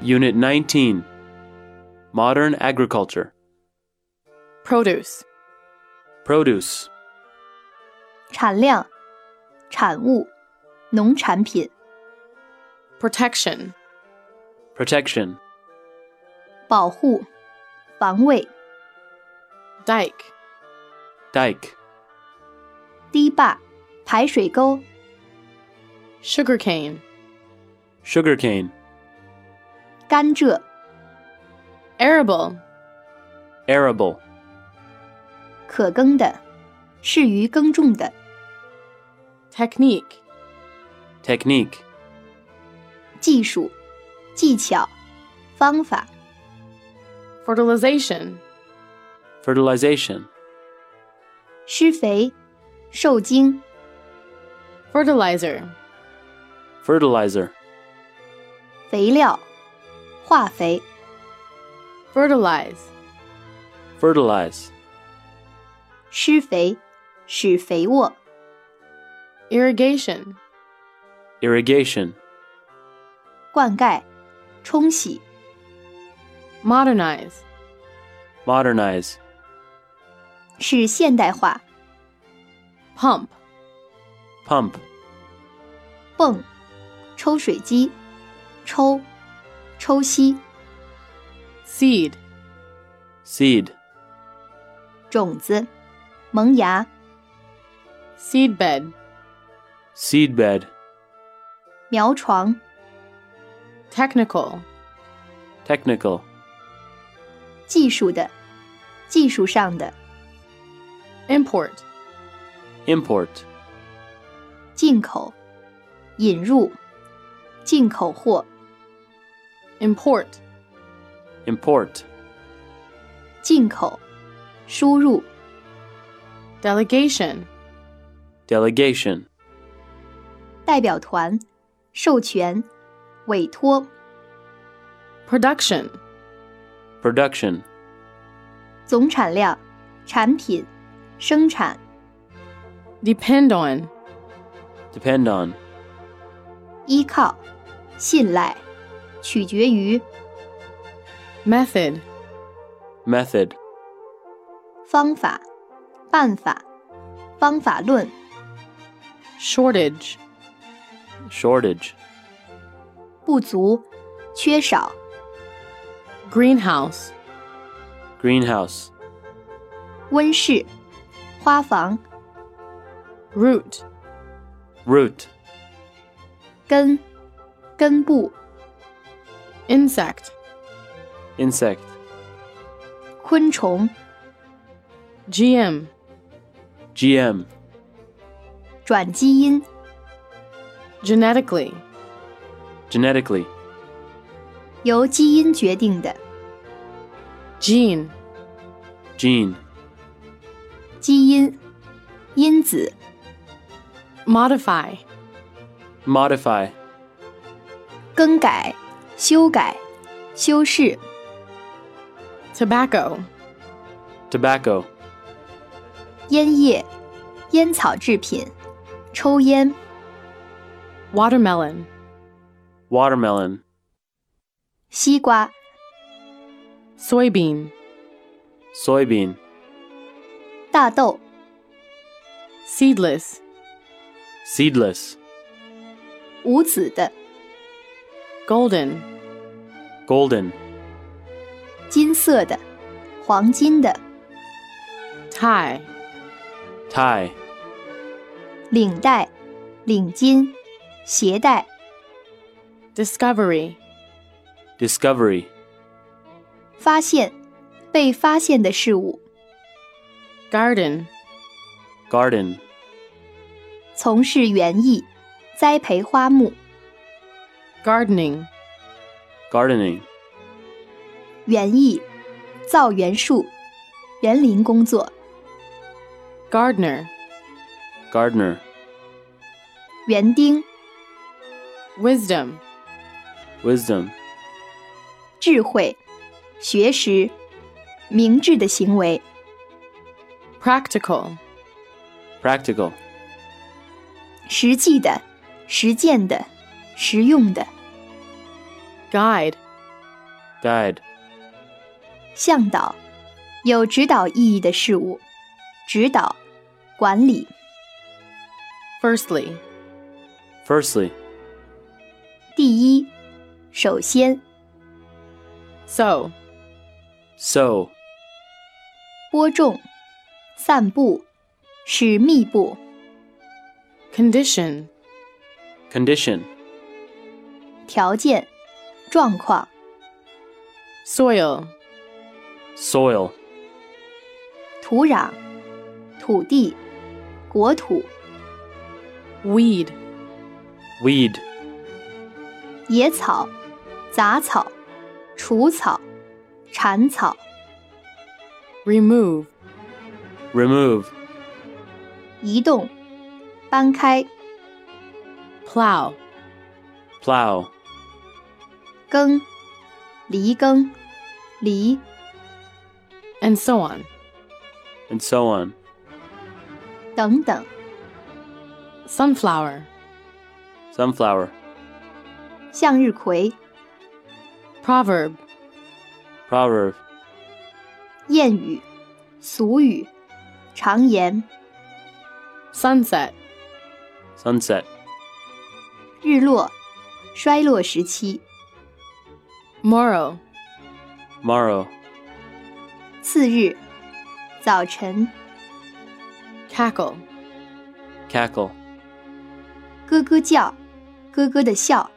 Unit 19 Modern Agriculture produce, Produce 产量、产物、农产品、 protection, Protection 保护、防卫、 dike, Dike 堤坝、排水沟、 sugarcane, Sugarcane 甘蔗、 arable, Arable 可耕的、适于耕种的、 technique, Technique 技术、技巧、方法、 fertilization, Fertilization 施肥、受精、 fertilizer, Fertilizer 肥料、化肥、 fertilize, Fertilize 施肥、使肥沃、 irrigation, Irrigation 灌溉、冲洗、 modernize, Modernize 是现代化、 pump, Pump 泵、抽水机、抽、抽吸、 seed, Seed 种子、萌芽、 seedbed, Seedbed 苗床、 technical, Technical 技术的、技术上的、 import, Import 进口、引入、进口货、 import, Import 进口、输入、 delegation, Delegation 代表团、授权、委托、 production, Production 总产量、产品、生产、 depend on, Depend on 依靠、信赖、取决于、 method, Method 方法、办法、方法论、 shortage, Shortage 不足、缺少、 greenhouse, Greenhouse 温室、花房、 root, Root 根、根部、 insect, Insect 昆虫、 GM, GM 转基因、 genetically, Genetically 由基因决定的、 gene, Gene 基因、因子、 modify, Modify 更改、修改、修饰、 tobacco, Tobacco 烟叶、烟草制品、抽烟、 watermelon, Watermelon 西瓜、 soybean, Soybean 大豆、 seedless, Seedless 无籽的、 golden, Golden 金色的、黄金的、 tie, Tie 领带、领巾、鞋带、 discovery, Discovery 发现、被发现的事物、 garden, Garden 从事园艺、栽培花木、 gardening, Gardening 园艺、造园术、园林工作、 gardener, Gardener 园丁、 wisdom, Wisdom 智慧、学识、明智的行为、 practical, Practical 实际的、实践的、实用的、 guide, guide, 向导，有指导意义的事物，指导、管理。 firstly, firstly, 第一，首先， so, so, 播种、散步、使密布、 condition, condition, 条件、状况、 soil, soil, 土壤、土地、国土、 weed, weed, 野草、杂草、除草、铲草、 remove, remove, 移动、搬开、 plow, plow, 耕、犁耕、犁、 and so on. and so on. 等等。 Sunflower, Sunflower, 向日葵、 proverb, proverb, 谚语、俗语、常言、 sunset, sunset, 日落、衰落时期、 morrow, morrow, 次日、早晨、 cackle, cackle, 咯咯叫、咯咯的笑、